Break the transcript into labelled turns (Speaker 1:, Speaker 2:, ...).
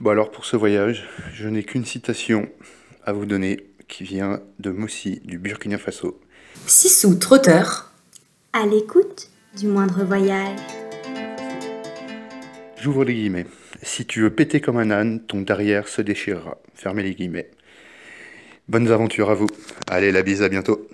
Speaker 1: Bon alors pour ce voyage, je n'ai qu'une citation à vous donner qui vient de Mossi du Burkina Faso.
Speaker 2: Sissou Trotteur.
Speaker 3: À l'écoute du moindre voyage.
Speaker 1: J'ouvre les guillemets. Si tu veux péter comme un âne, ton derrière se déchirera. Fermez les guillemets. Bonnes aventures à vous. Allez la bise, à bientôt.